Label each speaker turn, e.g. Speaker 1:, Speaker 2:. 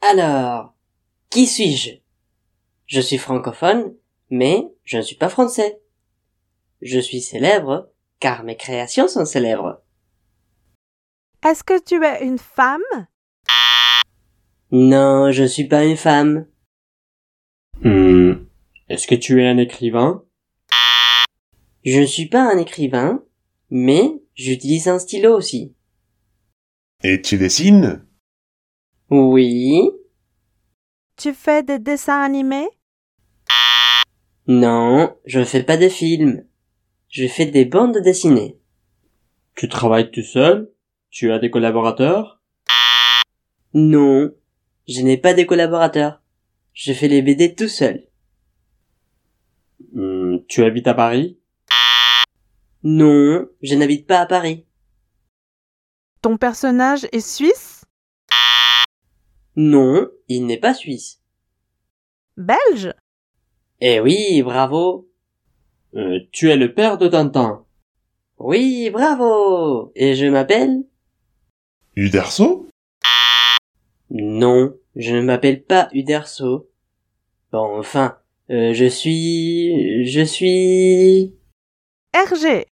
Speaker 1: Alors, qui suis-je Je suis francophone, mais je ne suis pas français. Je suis célèbre car mes créations sont célèbres.
Speaker 2: Est-ce que tu es une femme
Speaker 1: Non, je suis pas une femme.
Speaker 3: Hmm. Est-ce que tu es un écrivain
Speaker 1: Je ne suis pas un écrivain, mais j'utilise un stylo aussi.
Speaker 4: Et tu dessines
Speaker 1: Oui,
Speaker 2: Tu fais des dessins animés
Speaker 1: non, je fais pas de films. Je fais des bandes dessinées.
Speaker 3: Tu travailles tout seul Tu as des collaborateurs
Speaker 1: Non, je n'ai pas de collaborateurs. Je fais les BD tout seul.
Speaker 3: Hmm, Tu habites à Paris
Speaker 1: Non, je n'habite pas à Paris.
Speaker 2: Ton personnage est suisse
Speaker 1: Non, il n'est pas suisse.
Speaker 2: Belge
Speaker 1: Eh oui, bravo.
Speaker 3: Euh, Tu es le père de Tintin
Speaker 1: Oui, bravo. Et je m'appelle
Speaker 4: Uderso
Speaker 1: Non, je ne m'appelle pas Uderso. Bon, enfin, euh, je suis... Je suis...
Speaker 2: Hergé